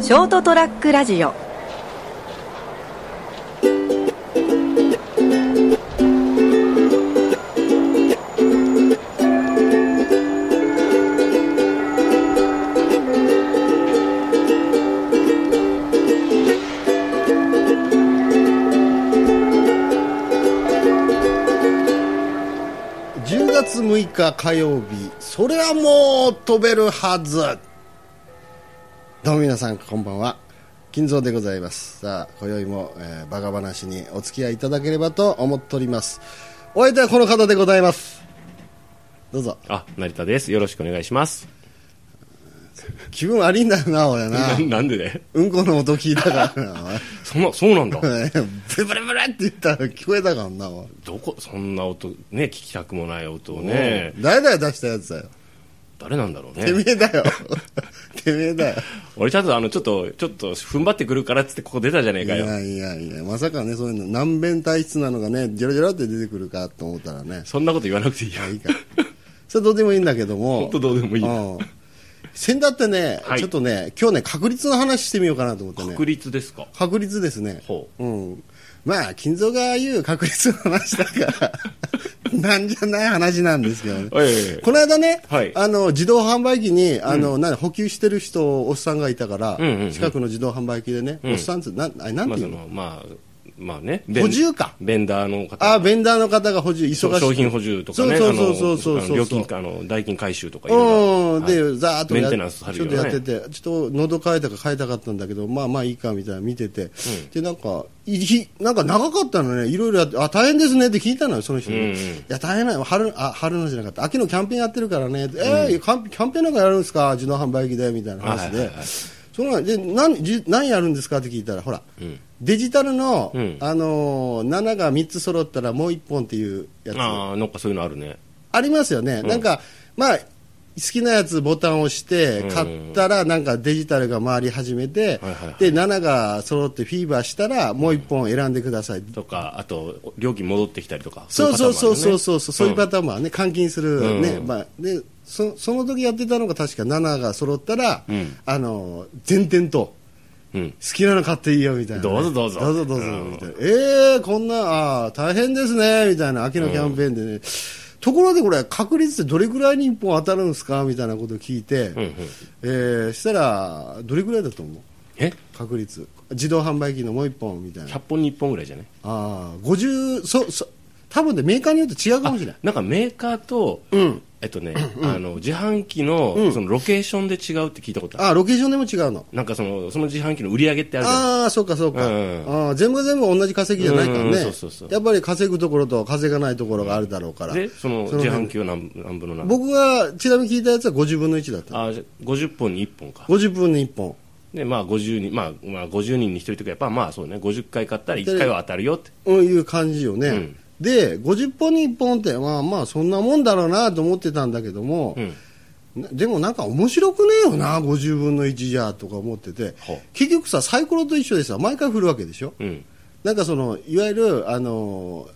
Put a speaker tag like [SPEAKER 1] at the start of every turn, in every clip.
[SPEAKER 1] ショートトラックラジオ
[SPEAKER 2] 10月6日火曜日それはもう飛べるはずどうも皆さんこんばんは金蔵でございますさあ今宵も、えーバカ話にお付き合いいただければと思っておりますお相手はこの方でございますどうぞ
[SPEAKER 3] あ、成田です。よろしくお願いします。
[SPEAKER 2] 気分悪いんだよな俺な
[SPEAKER 3] ななんでね
[SPEAKER 2] うんこの音聞いたからな
[SPEAKER 3] そんな、そうなんだ。
[SPEAKER 2] おい ブルブルブルって言ったら聞こえたからなおい
[SPEAKER 3] どこ、そんな音、ね、聞きたくもない音をね。
[SPEAKER 2] 誰だよ出したやつだよ
[SPEAKER 3] 誰なんだろう
[SPEAKER 2] てめ
[SPEAKER 3] ね。
[SPEAKER 2] えだよ てめえだよ
[SPEAKER 3] 俺ちゃんとあの、ちょっと、ちょっと、踏ん張ってくるからっつってここ出たじゃねえ
[SPEAKER 2] い
[SPEAKER 3] かよ。
[SPEAKER 2] やいやいやまさかねそういうの南弁体質なのがねジョロジョロって出てくるかと思ったらね
[SPEAKER 3] そんなこと言わなくていいよ。
[SPEAKER 2] いいか それどうでもいいんだけども
[SPEAKER 3] ほんとどうでもいい
[SPEAKER 2] うん先だってね、
[SPEAKER 3] はい
[SPEAKER 2] ちょっとね今日ね確率の話してみようかなと思ってね
[SPEAKER 3] 確率ですか。
[SPEAKER 2] 確率ですね
[SPEAKER 3] ほ
[SPEAKER 2] う、ん、まあ金蔵が言う確率の話だから なんじゃない話なんですけどね
[SPEAKER 3] ええ
[SPEAKER 2] この間ね、
[SPEAKER 3] はい
[SPEAKER 2] あの自動販売機にあの、なんだ補給してる人おっさんがいたから、
[SPEAKER 3] んうんうん
[SPEAKER 2] 近くの自動販売機でね、おっさんってなんあれなん
[SPEAKER 3] まあ、
[SPEAKER 2] てい
[SPEAKER 3] そう
[SPEAKER 2] の
[SPEAKER 3] の、まあ、まあね。
[SPEAKER 2] 補充か
[SPEAKER 3] ベンダーの方。
[SPEAKER 2] あベンダーの方が補充忙しい
[SPEAKER 3] 商品補充とかね。
[SPEAKER 2] そうそうそうそう
[SPEAKER 3] あの
[SPEAKER 2] そう
[SPEAKER 3] 料
[SPEAKER 2] そう
[SPEAKER 3] 金か、あの、代金回収とかい
[SPEAKER 2] う
[SPEAKER 3] ろい
[SPEAKER 2] ん
[SPEAKER 3] ろ。
[SPEAKER 2] で、
[SPEAKER 3] はい
[SPEAKER 2] ざーっと
[SPEAKER 3] メ
[SPEAKER 2] や
[SPEAKER 3] ンテナンスある
[SPEAKER 2] ちょ
[SPEAKER 3] よ
[SPEAKER 2] っ
[SPEAKER 3] ね
[SPEAKER 2] とやってて、ちょっと喉変えたか変えたかったんだけど、まあまあいいかみたいなの見てて、で、なんか、いひなんか長かったのね、いろいろやって、あ、大変ですねって聞いたのよ、その人に。
[SPEAKER 3] うんうん
[SPEAKER 2] いや、大変なの、春、あ、春のじゃなかった、秋のキャンペーンやってるからね、えーキャンキャンペーンなんかやるんですか、自動販売機で、みたいな話
[SPEAKER 3] は
[SPEAKER 2] で
[SPEAKER 3] いはいはい。
[SPEAKER 2] そので何じ何やるんですかって聞いたら、ほら、デジタルの、
[SPEAKER 3] うん
[SPEAKER 2] あのー7が3つ揃ったらもう1本っていうやつ。
[SPEAKER 3] ああ、なんかそういうのあるね。
[SPEAKER 2] ありますよね、なんか、まあ、好きなやつボタンを押して、買ったら、なんかデジタルが回り始めて、
[SPEAKER 3] はいはいはい
[SPEAKER 2] で7が揃ってフィーバーしたら、もう1本選んでください、
[SPEAKER 3] とか、あと、料金戻ってきたりとか。
[SPEAKER 2] そうそうそうそうそうそう、そういう
[SPEAKER 3] 方
[SPEAKER 2] パターンもあるね、換金するね、
[SPEAKER 3] うん
[SPEAKER 2] まあ、でそその時やってたのが、確か7が揃ったら、
[SPEAKER 3] うん
[SPEAKER 2] あの全店と。
[SPEAKER 3] うん。
[SPEAKER 2] 好きなの買っていいよみたいなね、
[SPEAKER 3] どうぞどうぞ
[SPEAKER 2] どうぞどうぞみたいな、えー、こんなあー大変ですねみたいな秋のキャンペーンでね、ところでこれ確率ってどれぐらいに1本当たるんですかみたいなことを聞いて、
[SPEAKER 3] うんうん
[SPEAKER 2] えーしたらどれぐらいだと思う
[SPEAKER 3] え
[SPEAKER 2] 確率自動販売機のもう1本みたいな
[SPEAKER 3] 100本に1本ぐらいじゃない
[SPEAKER 2] あー50そそ多分ねメーカーによって違うかもしれない
[SPEAKER 3] なんかメーカーと、えっとね、あの自販機の,、そのロケーションで違うって聞いたことある
[SPEAKER 2] あーロケーションでも違うの
[SPEAKER 3] なんかそのその自販機の売り上げってあるじゃない
[SPEAKER 2] ああーそうかそうか、
[SPEAKER 3] うん
[SPEAKER 2] あー全部全部同じ稼ぎじゃないからね、
[SPEAKER 3] うんそうそうそう
[SPEAKER 2] やっぱり稼ぐところと稼がないところがあるだろうから
[SPEAKER 3] でその
[SPEAKER 2] その
[SPEAKER 3] 自販機は何何分の何
[SPEAKER 2] 僕がちなみに聞いたやつは50分の1だった
[SPEAKER 3] あーじゃあ50本に1本か
[SPEAKER 2] 50分に1本
[SPEAKER 3] でまあ50人まあ、まあ、50人に1人とかやっぱまあそうね50回買ったら1回は当たるよって
[SPEAKER 2] うんいう感じよね、
[SPEAKER 3] うん
[SPEAKER 2] で50本に1本ってまあまあそんなもんだろうなと思ってたんだけども、
[SPEAKER 3] うん
[SPEAKER 2] なでもなんか面白くねえよな50分の1じゃとか思ってて
[SPEAKER 3] ほう
[SPEAKER 2] 結局さサイコロと一緒でさ毎回振るわけでしょ
[SPEAKER 3] うん
[SPEAKER 2] なんかそのいわゆるあの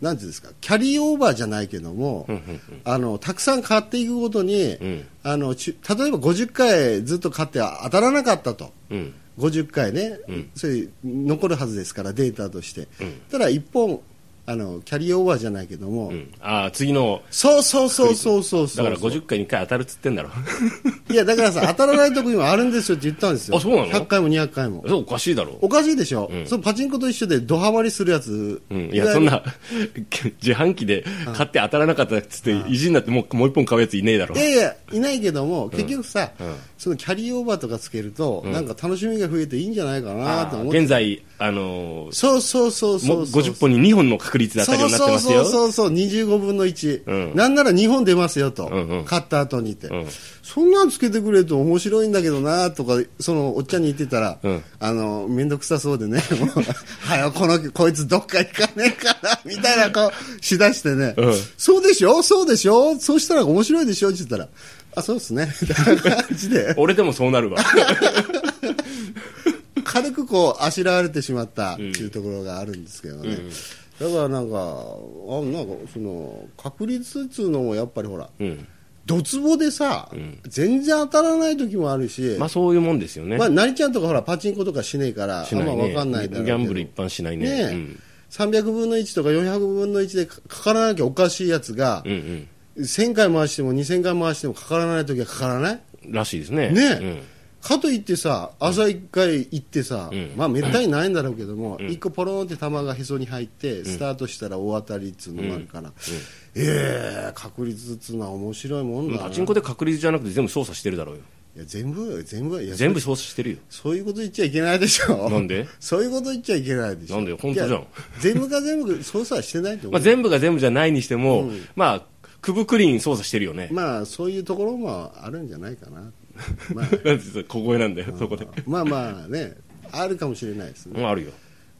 [SPEAKER 2] なんていうんですかキャリーオーバーじゃないけども、
[SPEAKER 3] うんうん
[SPEAKER 2] あのたくさん買っていくごとに、
[SPEAKER 3] うん
[SPEAKER 2] あのち例えば50回ずっと買って当たらなかったと、
[SPEAKER 3] うん
[SPEAKER 2] 50回ね、それ残るはずですからデータとして、ただ1本あのキャリーオーバーじゃないけども、
[SPEAKER 3] うんああ次の
[SPEAKER 2] そうそうそうそうそうそ
[SPEAKER 3] だ
[SPEAKER 2] う
[SPEAKER 3] から50回に1回当たるっつってんだろ
[SPEAKER 2] いやだからさ当たらないとこにもあるんですよって言ったんですよ
[SPEAKER 3] あそうなの
[SPEAKER 2] 100回も200回も
[SPEAKER 3] そうおかしいだろ
[SPEAKER 2] おかしいでしょ、
[SPEAKER 3] ん
[SPEAKER 2] そのパチンコと一緒でドハマりするやつ、
[SPEAKER 3] うん、い
[SPEAKER 2] わゆる
[SPEAKER 3] や、そんな、 自販機で買って当たらなかったっつって、意地になってもう、もう一本買うやついねえだろ
[SPEAKER 2] い。やいやいないけども結局さ、
[SPEAKER 3] うん
[SPEAKER 2] そのキャリーオーバーとかつけると、なんか楽しみが増えていいんじゃないかなと思って
[SPEAKER 3] 現在、あのー
[SPEAKER 2] そうそうそうそ
[SPEAKER 3] も
[SPEAKER 2] う
[SPEAKER 3] う
[SPEAKER 2] そう
[SPEAKER 3] 50本に2本の確率で当たるようになってます
[SPEAKER 2] そ
[SPEAKER 3] よ。
[SPEAKER 2] うそうそうそう、25分の1、
[SPEAKER 3] うん
[SPEAKER 2] なんなら2本出ますよと、
[SPEAKER 3] うんうん
[SPEAKER 2] 買った後にって、
[SPEAKER 3] ん
[SPEAKER 2] そんなんつけてくれると面白いんだけどなとか、そのおっちゃんに言ってたら、
[SPEAKER 3] うん
[SPEAKER 2] あの、めんどくさそうでね、 もうはよ、この、こいつどっか行かねえかな、みたいな顔しだしてね、
[SPEAKER 3] うん
[SPEAKER 2] そうでしょそうでしょそうしたら面白いでしょって言ったら、あ、そうですね、みたいな感じで。
[SPEAKER 3] 俺でもそうなるわ。
[SPEAKER 2] 軽くこうあしらわれてしまったっていうところがあるんですけどね、だからなんかあなんかその確率っつうのもやっぱりほら、
[SPEAKER 3] うん。
[SPEAKER 2] ドツボでさ、全然当たらない時もあるし、
[SPEAKER 3] まあそういうもんですよね。
[SPEAKER 2] まあ、成ちゃんとかほら、パチンコとかしねえから、
[SPEAKER 3] しないね
[SPEAKER 2] あんま分かんないだろうけ
[SPEAKER 3] ギ
[SPEAKER 2] ど
[SPEAKER 3] ャンブル一般しないね。
[SPEAKER 2] ねえ
[SPEAKER 3] うん
[SPEAKER 2] 300分の1とか400分の1でかかからなきゃおかしいやつが、
[SPEAKER 3] うん
[SPEAKER 2] 1000回回しても2000回回してもかからないときはかからない
[SPEAKER 3] うん。らしいですね。
[SPEAKER 2] ねえかといってさ、朝1回行ってさ、
[SPEAKER 3] ん
[SPEAKER 2] まあ、めったにないんだろうけども、一1個ポロンって球がへそに入って、スタートしたら大当たりっつうのもあるから、ええ確率っつうのは面白いも
[SPEAKER 3] うんん。
[SPEAKER 2] だな、
[SPEAKER 3] パチンコで確率じゃなくて全部操作してるだろうよ。
[SPEAKER 2] いや全部、全部、いや
[SPEAKER 3] 全部操作してるよ。
[SPEAKER 2] そういうこと言っちゃいけないでしょ。
[SPEAKER 3] なんで
[SPEAKER 2] そういうこと言っちゃいけないでしょ。
[SPEAKER 3] なんで本当じゃん
[SPEAKER 2] いや全部が全部操作はしてないと思
[SPEAKER 3] まあ
[SPEAKER 2] う。
[SPEAKER 3] 全部が全部じゃないにしても、まあ、くぶくりん操作してるよね。
[SPEAKER 2] まあ、そういうところもあるんじゃないかな。まあ、
[SPEAKER 3] なんで小声なんだよ、そこで。
[SPEAKER 2] まあまあね、あるかもしれないですね。
[SPEAKER 3] うん、あるよ。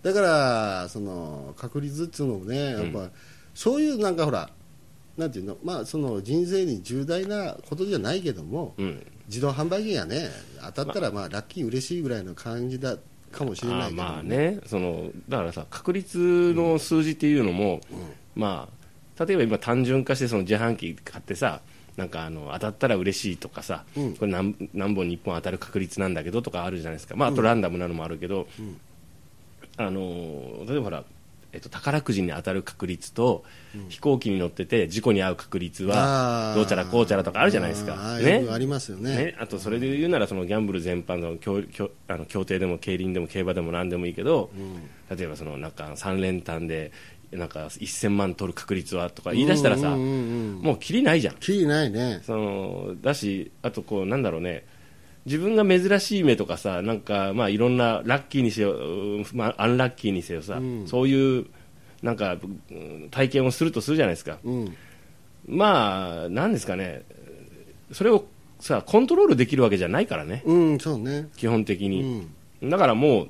[SPEAKER 2] だから、その、確率っていうのもね、やっぱ、そういうなんかほら、なんていうの、まあ、その人生に重大なことじゃないけども、
[SPEAKER 3] うん。
[SPEAKER 2] 自動販売機がね、当たったら、まあ、ラッキー嬉しいぐらいの感じだかもしれない
[SPEAKER 3] あ
[SPEAKER 2] けど、
[SPEAKER 3] まあねそのだからさ確率の数字っていうのも、まあ、例えば今単純化してその自販機買ってさなんかあの当たったら嬉しいとかさ、
[SPEAKER 2] うん
[SPEAKER 3] これ何何本に1本当たる確率なんだけどとかあるじゃないですか、まあ、あとランダムなのもあるけど、あの例えばほら、えっと、宝くじに当たる確率と、飛行機に乗ってて事故に遭う確率
[SPEAKER 2] あ
[SPEAKER 3] は
[SPEAKER 2] ー
[SPEAKER 3] どうちゃらこうちゃらとかあるじゃないです
[SPEAKER 2] あ
[SPEAKER 3] か。
[SPEAKER 2] ーよくありますよね
[SPEAKER 3] ね、あとそれで言うならそのギャンブル全般の競競あの競艇でも競輪でも競馬でも何でもいいけど、例えばそのなんか3連単でなんか1000万取る確率はとか言い出したらさ、
[SPEAKER 2] うんうんうんうん
[SPEAKER 3] もうキリないじゃん
[SPEAKER 2] きりないね。
[SPEAKER 3] そのだしあとこうなんだろうね自分が珍しい目とかさなんかまあいろんなラッキーにせよ、うんまあ、アンラッキーにせよさ、そういうなんかうん体験をするとするじゃないですか、
[SPEAKER 2] うん。
[SPEAKER 3] まあなんですかねそれをさコントロールできるわけじゃないからね
[SPEAKER 2] うん、そうね。
[SPEAKER 3] 基本的
[SPEAKER 2] う
[SPEAKER 3] に、
[SPEAKER 2] ん。
[SPEAKER 3] だからもう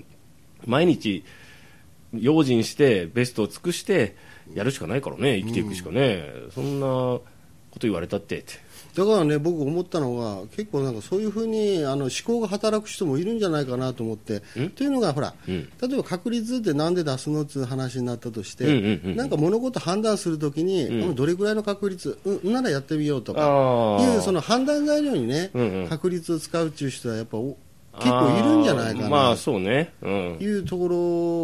[SPEAKER 3] 毎日用心してベストを尽くしてやるしかないからね生きていくしかね、そんなこと言われたってって
[SPEAKER 2] だからね、僕思ったのが、結構なんかそういうふうにあの思考が働く人もいるんじゃないかなと思って、というのが、ほら、
[SPEAKER 3] うん
[SPEAKER 2] 例えば確率ってなんで出すのっていう話になったとして、
[SPEAKER 3] うんうんうん
[SPEAKER 2] なんか物事判断するときに、
[SPEAKER 3] ん
[SPEAKER 2] このどれぐらいの確率、うん、ならやってみようと
[SPEAKER 3] あ
[SPEAKER 2] か、
[SPEAKER 3] ー
[SPEAKER 2] いうその判断材料にね、
[SPEAKER 3] うんうん
[SPEAKER 2] 確率を使うっていう人は、やっぱお結構いるんじゃないか
[SPEAKER 3] あ
[SPEAKER 2] な
[SPEAKER 3] ーまあそうねうん、
[SPEAKER 2] いうところ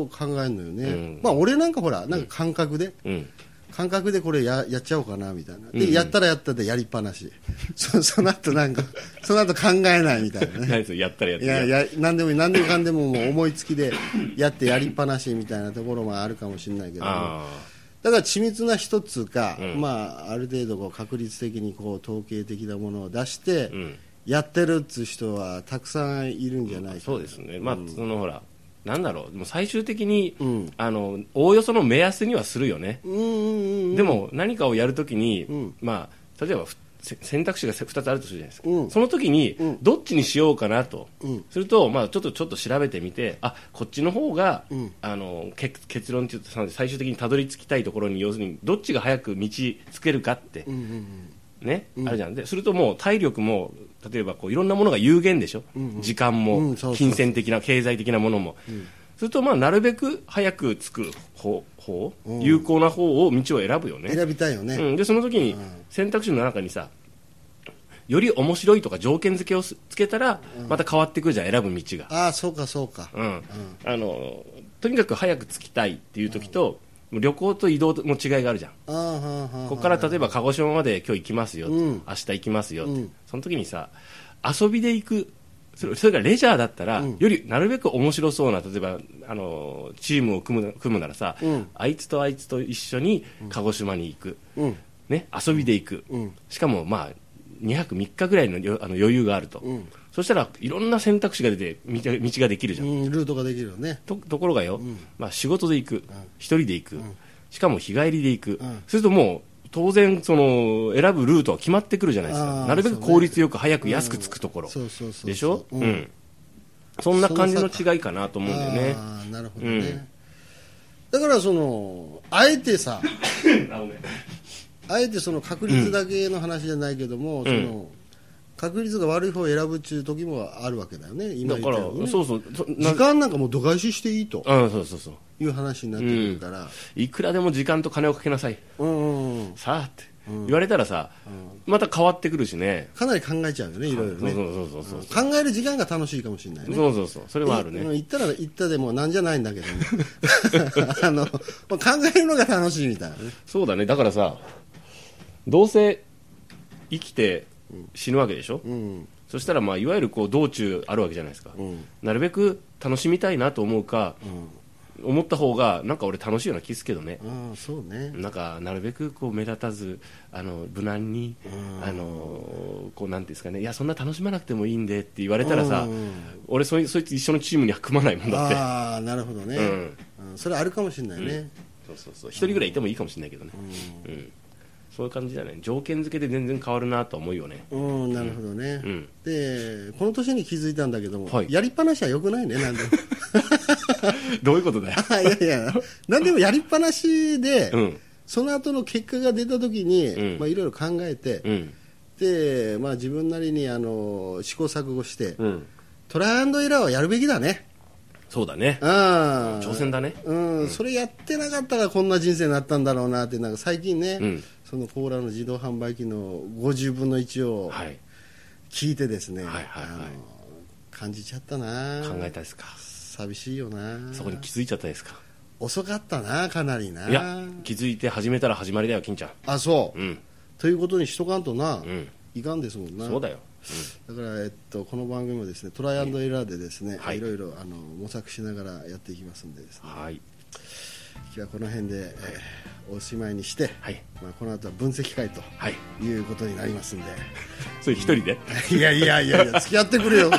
[SPEAKER 2] を考えるのよね、
[SPEAKER 3] うん
[SPEAKER 2] まあ俺なんかほら、なんか感覚で。
[SPEAKER 3] うん、
[SPEAKER 2] 感覚でこれややっちゃおうかなみたいな、で
[SPEAKER 3] うんうん
[SPEAKER 2] やったらやったでやりっぱなし、そ その後なんか、その後考えないみたいな ね、
[SPEAKER 3] 何それやったらやっ
[SPEAKER 2] い
[SPEAKER 3] たら
[SPEAKER 2] やいや何でもいい、何でもかんでももう思いつきでやってやりっぱなしみたいなところもあるかもしれないけど、だ
[SPEAKER 3] あ
[SPEAKER 2] から緻密な一つか、
[SPEAKER 3] うん
[SPEAKER 2] まあ、ある程度こう確率的にこう統計的なものを出して、
[SPEAKER 3] ーうん
[SPEAKER 2] やってるっつう人はたくさんいるんじゃないかな、
[SPEAKER 3] そうですねまあそのほらなんだろうでも最終的に、
[SPEAKER 2] うん
[SPEAKER 3] あのおおよその目安にはするよね、
[SPEAKER 2] うんうんうんうん
[SPEAKER 3] でも何かをやるときに、
[SPEAKER 2] うん
[SPEAKER 3] まあ、例えばふせ選択肢が2つあるとするじゃないですか、
[SPEAKER 2] うん
[SPEAKER 3] その時に
[SPEAKER 2] うん
[SPEAKER 3] どっちにしようかなと、
[SPEAKER 2] うん
[SPEAKER 3] すると、まあ、ちょっとちょっと調べてみてあこっちの方が、
[SPEAKER 2] うん
[SPEAKER 3] あの結結論というと最終的にたどり着きたいところに要するにどっちが早く道つけるかって、
[SPEAKER 2] うんうんうん
[SPEAKER 3] ねあるじゃんでするともう体力も例えばこういろんなものが有限でしょ、時間も、
[SPEAKER 2] うんそうそう
[SPEAKER 3] 金銭的な経済的なものも、するとまあなるべく早くつく方方、
[SPEAKER 2] うん
[SPEAKER 3] 有効な方を道を選ぶよね。
[SPEAKER 2] 選びたいよね、
[SPEAKER 3] うん、でその時に
[SPEAKER 2] うん
[SPEAKER 3] 選択肢の中にさより面白いとか条件付けをすつけたらまた変わってくるじゃん選ぶ道が、
[SPEAKER 2] ああ、そうかそうか、
[SPEAKER 3] うんあのとにかく早く着きたいっていう時と、もう旅行と移動の違いがあるじゃん
[SPEAKER 2] あーはーはーはー
[SPEAKER 3] ここから例えば鹿児島まで今日行きますよ、
[SPEAKER 2] うん
[SPEAKER 3] 明日行きますよって、
[SPEAKER 2] うん
[SPEAKER 3] その時にさ遊びで行くそれそれがレジャーだったら、よりなるべく面白そうな例えばあのチームを組む組むならさ、
[SPEAKER 2] うん
[SPEAKER 3] あいつとあいつと一緒に鹿児島に行く、
[SPEAKER 2] うん
[SPEAKER 3] ね、遊びで行く、
[SPEAKER 2] うん
[SPEAKER 3] しかも、まあ、2泊3日ぐらいのよあの余裕があると、
[SPEAKER 2] うん
[SPEAKER 3] そしたらいろんな選択肢が出て道が道ができるじゃん、
[SPEAKER 2] うん、ルートができるよね、
[SPEAKER 3] とところがよ、まあ、仕事で行く、一人で行く、しかも日帰りで行く、
[SPEAKER 2] ん
[SPEAKER 3] するともう当然その選ぶルートは決まってくるじゃないです
[SPEAKER 2] あ
[SPEAKER 3] か
[SPEAKER 2] ー
[SPEAKER 3] なるべく効率よく早く安く着くところ、
[SPEAKER 2] そうそうそうそう
[SPEAKER 3] でしょ、
[SPEAKER 2] う
[SPEAKER 3] うんんそんな感じの違いかなと思うんだよね
[SPEAKER 2] ああなるほどね、だからそのあえて さ
[SPEAKER 3] あごめん
[SPEAKER 2] あえてその確率だけの話じゃないけども、その確率が悪い方を選ぶっちゅう時もあるわけだよね今
[SPEAKER 3] だ
[SPEAKER 2] 言っ
[SPEAKER 3] か
[SPEAKER 2] た
[SPEAKER 3] ら
[SPEAKER 2] ように
[SPEAKER 3] そうそうそな
[SPEAKER 2] 時間なんかもう度外視していいと
[SPEAKER 3] うんそうそうそう
[SPEAKER 2] いう話になってくるから
[SPEAKER 3] いくらでも時間と金をかけなさい
[SPEAKER 2] うんうんうん
[SPEAKER 3] さあって言われたらさ、また変わってくるしね
[SPEAKER 2] かなり考えちゃうよねいろいろね
[SPEAKER 3] そうそうそうそう
[SPEAKER 2] 考える時間が楽しいかもしれないね
[SPEAKER 3] そうそうそうそれはある
[SPEAKER 2] いうん
[SPEAKER 3] ね
[SPEAKER 2] 行ったら行ったでもうなんじゃないんだ けどね あのもう考えるのが楽しいみたいなね
[SPEAKER 3] そうだねだからさどうせ生きて死ぬわけでしょ、
[SPEAKER 2] うん
[SPEAKER 3] そしたらまあいわゆるこう道中あるわけじゃないですか、
[SPEAKER 2] うん
[SPEAKER 3] なるべく楽しみたいなと思うか、思った方がなんか俺楽しいような気すけどね、
[SPEAKER 2] ああそうね
[SPEAKER 3] なんかなるべくこう目立たずあの無難に、あのこうなんていうんですかねいやそんな楽しまなくてもいいんでって言われたらさ、
[SPEAKER 2] うん
[SPEAKER 3] 俺そいそいつ一緒のチームには組まないもんだって
[SPEAKER 2] ああなるほどね、うんそれあるかもしれないね、
[SPEAKER 3] そうそうそう一人ぐらいいてもいいかもしれないけどね、うんそういう感じだね条件付けで全然変わるなとは思うよね
[SPEAKER 2] うんなるほどね、
[SPEAKER 3] うん
[SPEAKER 2] でこの年に気づいたんだけども、
[SPEAKER 3] はい
[SPEAKER 2] やりっぱなしはよくないねなんでも
[SPEAKER 3] どういうことだよ
[SPEAKER 2] あいやいやなんでもやりっぱなしで、
[SPEAKER 3] うん
[SPEAKER 2] その後の結果が出た時に、
[SPEAKER 3] うん
[SPEAKER 2] まあいろいろ考えて、
[SPEAKER 3] うん
[SPEAKER 2] で、まあ、自分なりにあの試行錯誤して、
[SPEAKER 3] うん
[SPEAKER 2] トライアンドエラーはやるべきだね
[SPEAKER 3] そうだね
[SPEAKER 2] あ
[SPEAKER 3] 挑戦だね
[SPEAKER 2] うん、それやってなかったらこんな人生になったんだろうなってなんか最近ね、
[SPEAKER 3] うん
[SPEAKER 2] そのコーラの自動販売機の50分の1を
[SPEAKER 3] はい
[SPEAKER 2] 聞いてですね、
[SPEAKER 3] はいはいはい
[SPEAKER 2] あの感じちゃったな
[SPEAKER 3] 考えたですか
[SPEAKER 2] 寂しいよな
[SPEAKER 3] そこに気づいちゃったですか
[SPEAKER 2] 遅かったなかなりない
[SPEAKER 3] や気づいて始めたら始まりだよ金ちゃん
[SPEAKER 2] あそう、
[SPEAKER 3] うん
[SPEAKER 2] ということにしとかんとな、
[SPEAKER 3] ん
[SPEAKER 2] いかんですもんな
[SPEAKER 3] そうだよ
[SPEAKER 2] だから、えっと、この番組もですねトライアンドエラーでですね、、
[SPEAKER 3] はいい
[SPEAKER 2] ろいろあの模索しながらやっていきますんでですね
[SPEAKER 3] はい
[SPEAKER 2] 今日はこの辺で、えーおしまいにして、
[SPEAKER 3] はい
[SPEAKER 2] まあ、この後は分析会と
[SPEAKER 3] はい
[SPEAKER 2] いうことになりますんで
[SPEAKER 3] それ一人で
[SPEAKER 2] いやいやいやいや付き合ってくれよ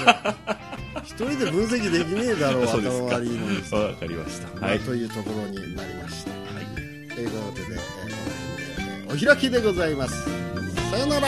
[SPEAKER 2] 一人で分析できねえだろう
[SPEAKER 3] そうです
[SPEAKER 2] 頭
[SPEAKER 3] か
[SPEAKER 2] 悪いのに
[SPEAKER 3] わかりました
[SPEAKER 2] ま
[SPEAKER 3] は
[SPEAKER 2] あ
[SPEAKER 3] い
[SPEAKER 2] というところになりました、ということで、えーこの辺でえーお開きでございますさよなら